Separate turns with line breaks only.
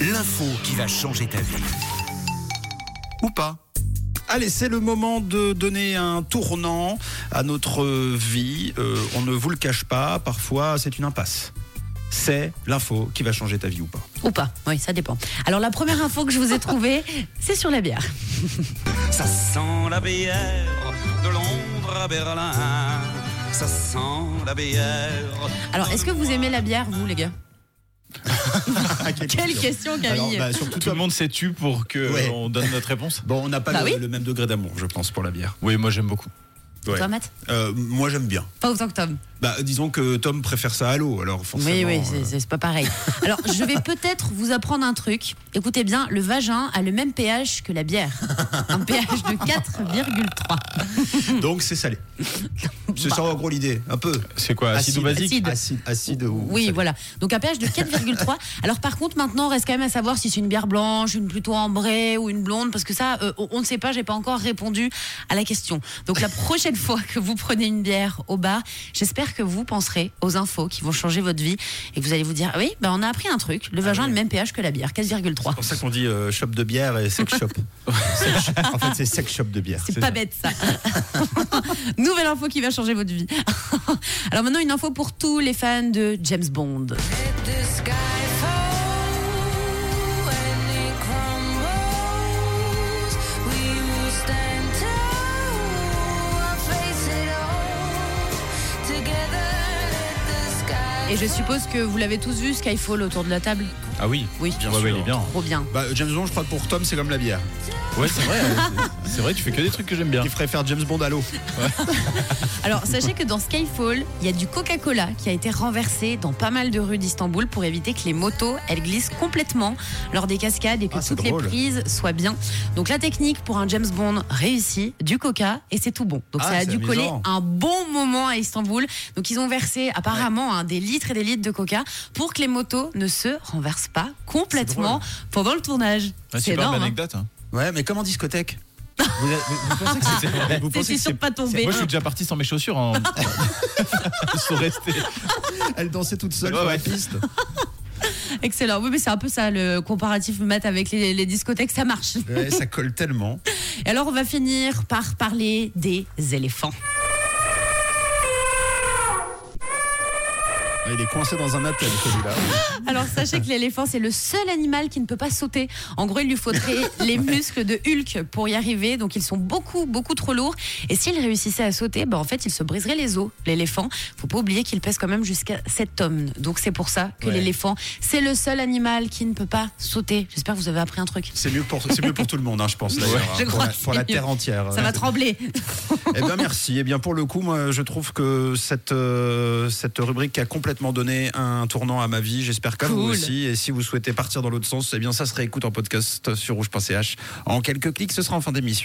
l'info qui va changer ta vie. Ou pas.
Allez, c'est le moment de donner un tournant à notre vie. Euh, on ne vous le cache pas, parfois c'est une impasse. C'est l'info qui va changer ta vie ou pas.
Ou pas, oui, ça dépend. Alors la première info que je vous ai trouvée, c'est sur la bière.
Ça sent la bière de Londres à Berlin. Ça sent la bière.
Alors, est-ce que vous aimez la bière, vous, les gars Quelle question,
Ah, Alors,
Camille
bah, surtout
Tout
toi.
le monde sait tu pour que euh,
Ouais.
on donne notre réponse
Bon, on n'a pas
Bah
le,
oui.
le même degré d'amour, je pense, pour la bière.
Oui, moi j'aime beaucoup.
Ouais.
Toi, Matt
Euh, moi, j'aime bien.
Pas autant que Tom.
Bah, disons que Tom préfère ça à l'eau, alors forcément.
Oui, oui,
euh,
c'est- c'est c'est pas pareil. Alors, je vais peut-être vous apprendre un truc. Écoutez bien, le vagin a le même pH que la bière. Un pH de 4,3.
Donc c'est salé. C'est ça en gros l'idée, un peu.
C'est quoi, acide ou basique
acide. acide, acide ou
Oui,
salé.
voilà. Donc un pH de 4,3. Alors par contre, maintenant, reste quand même à savoir si c'est une bière blanche, une plutôt ambrée ou une blonde, parce que ça, euh, on on ne sait pas. J'ai pas encore répondu à la question. Donc la prochaine fois que vous prenez une bière au bar, j'espère que vous penserez aux infos qui vont changer votre vie et que vous allez vous dire, Ah oui, ben on a appris un truc. Le vagin a le même pH que la bière, 4,3.
Ah C'est pour ça qu'on dit euh, shop de bière et sex shop. Sex shop. En fait, c'est sex shop de bière.
C'est pas bête ça. Nouvelle info qui va changer votre vie. Alors maintenant une info pour tous les fans de James Bond. Et je suppose que vous l'avez tous vu Skyfall autour de la table.
Ah oui.
Oui.
Bien ouais, ouais, il est bien.
Trop bien.
Bah, James Bond, je crois que pour Tom, c'est comme la bière.
Ouais, c'est vrai. c'est- C'est vrai, tu fais que des trucs que j'aime bien.
Il préfère James Bond à l'eau.
Alors, sachez que dans Skyfall, il y a du Coca-Cola qui a été renversé dans pas mal de rues d'Istanbul pour éviter que les motos, elles glissent complètement lors des cascades et que
Ah, c'est
toutes
drôle.
les prises soient bien. Donc, la technique pour un James Bond réussi, du Coca et c'est tout bon. Donc,
Ah,
ça a
c'est
dû
amusant.
coller un bon moment à Istanbul. Donc, ils ont versé apparemment hein, des litres et des litres de Coca pour que les motos ne se renversent pas complètement pendant le tournage.
Ah,
c'est
Superbe
énorme. hein.
anecdote. hein.
Ouais, mais comme en discothèque. Vous, vous pensez que c'est- vous pensez que
C'était sûr
c'est-
de pas tomber.
Moi, je suis déjà parti sans mes chaussures. En... Ils sont restés.
Elle dansait toute seule
Ouais,
sur
ouais.
la piste.
Excellent. Oui, mais c'est un peu ça le comparatif mat avec les- les discothèques, ça marche.
Ouais, ça colle tellement.
Et alors, on va finir par parler des éléphants.
Il est coincé dans un hôtel, celui-là.
Alors, sachez que l'éléphant, c'est le seul animal qui ne peut pas sauter. En gros, il lui faudrait les muscles de Hulk pour y arriver. Donc, ils sont beaucoup, beaucoup trop lourds. Et s'il réussissait à sauter, bah, en fait, il se briserait les os, l'éléphant. faut pas oublier qu'il pèse quand même jusqu'à 7 tonnes. Donc, c'est pour ça que
Ouais.
l'éléphant, c'est le seul animal qui ne peut pas sauter. J'espère que vous avez appris un truc.
C'est mieux, pour- c'est mieux pour tout le monde, hein, je pense, d'ailleurs, hein,
je
pour,
crois
la,
que
pour
c'est
la
mieux.
terre entière.
Ça va trembler.
Eh bien merci. Eh bien pour le coup, moi je trouve que cette, euh, cette rubrique a complètement donné un tournant à ma vie. J'espère qu'à vous
Cool.
aussi. Et si vous souhaitez partir dans l'autre sens, eh bien ça se réécoute en podcast sur rouge.ch. En quelques clics, ce sera en fin d'émission.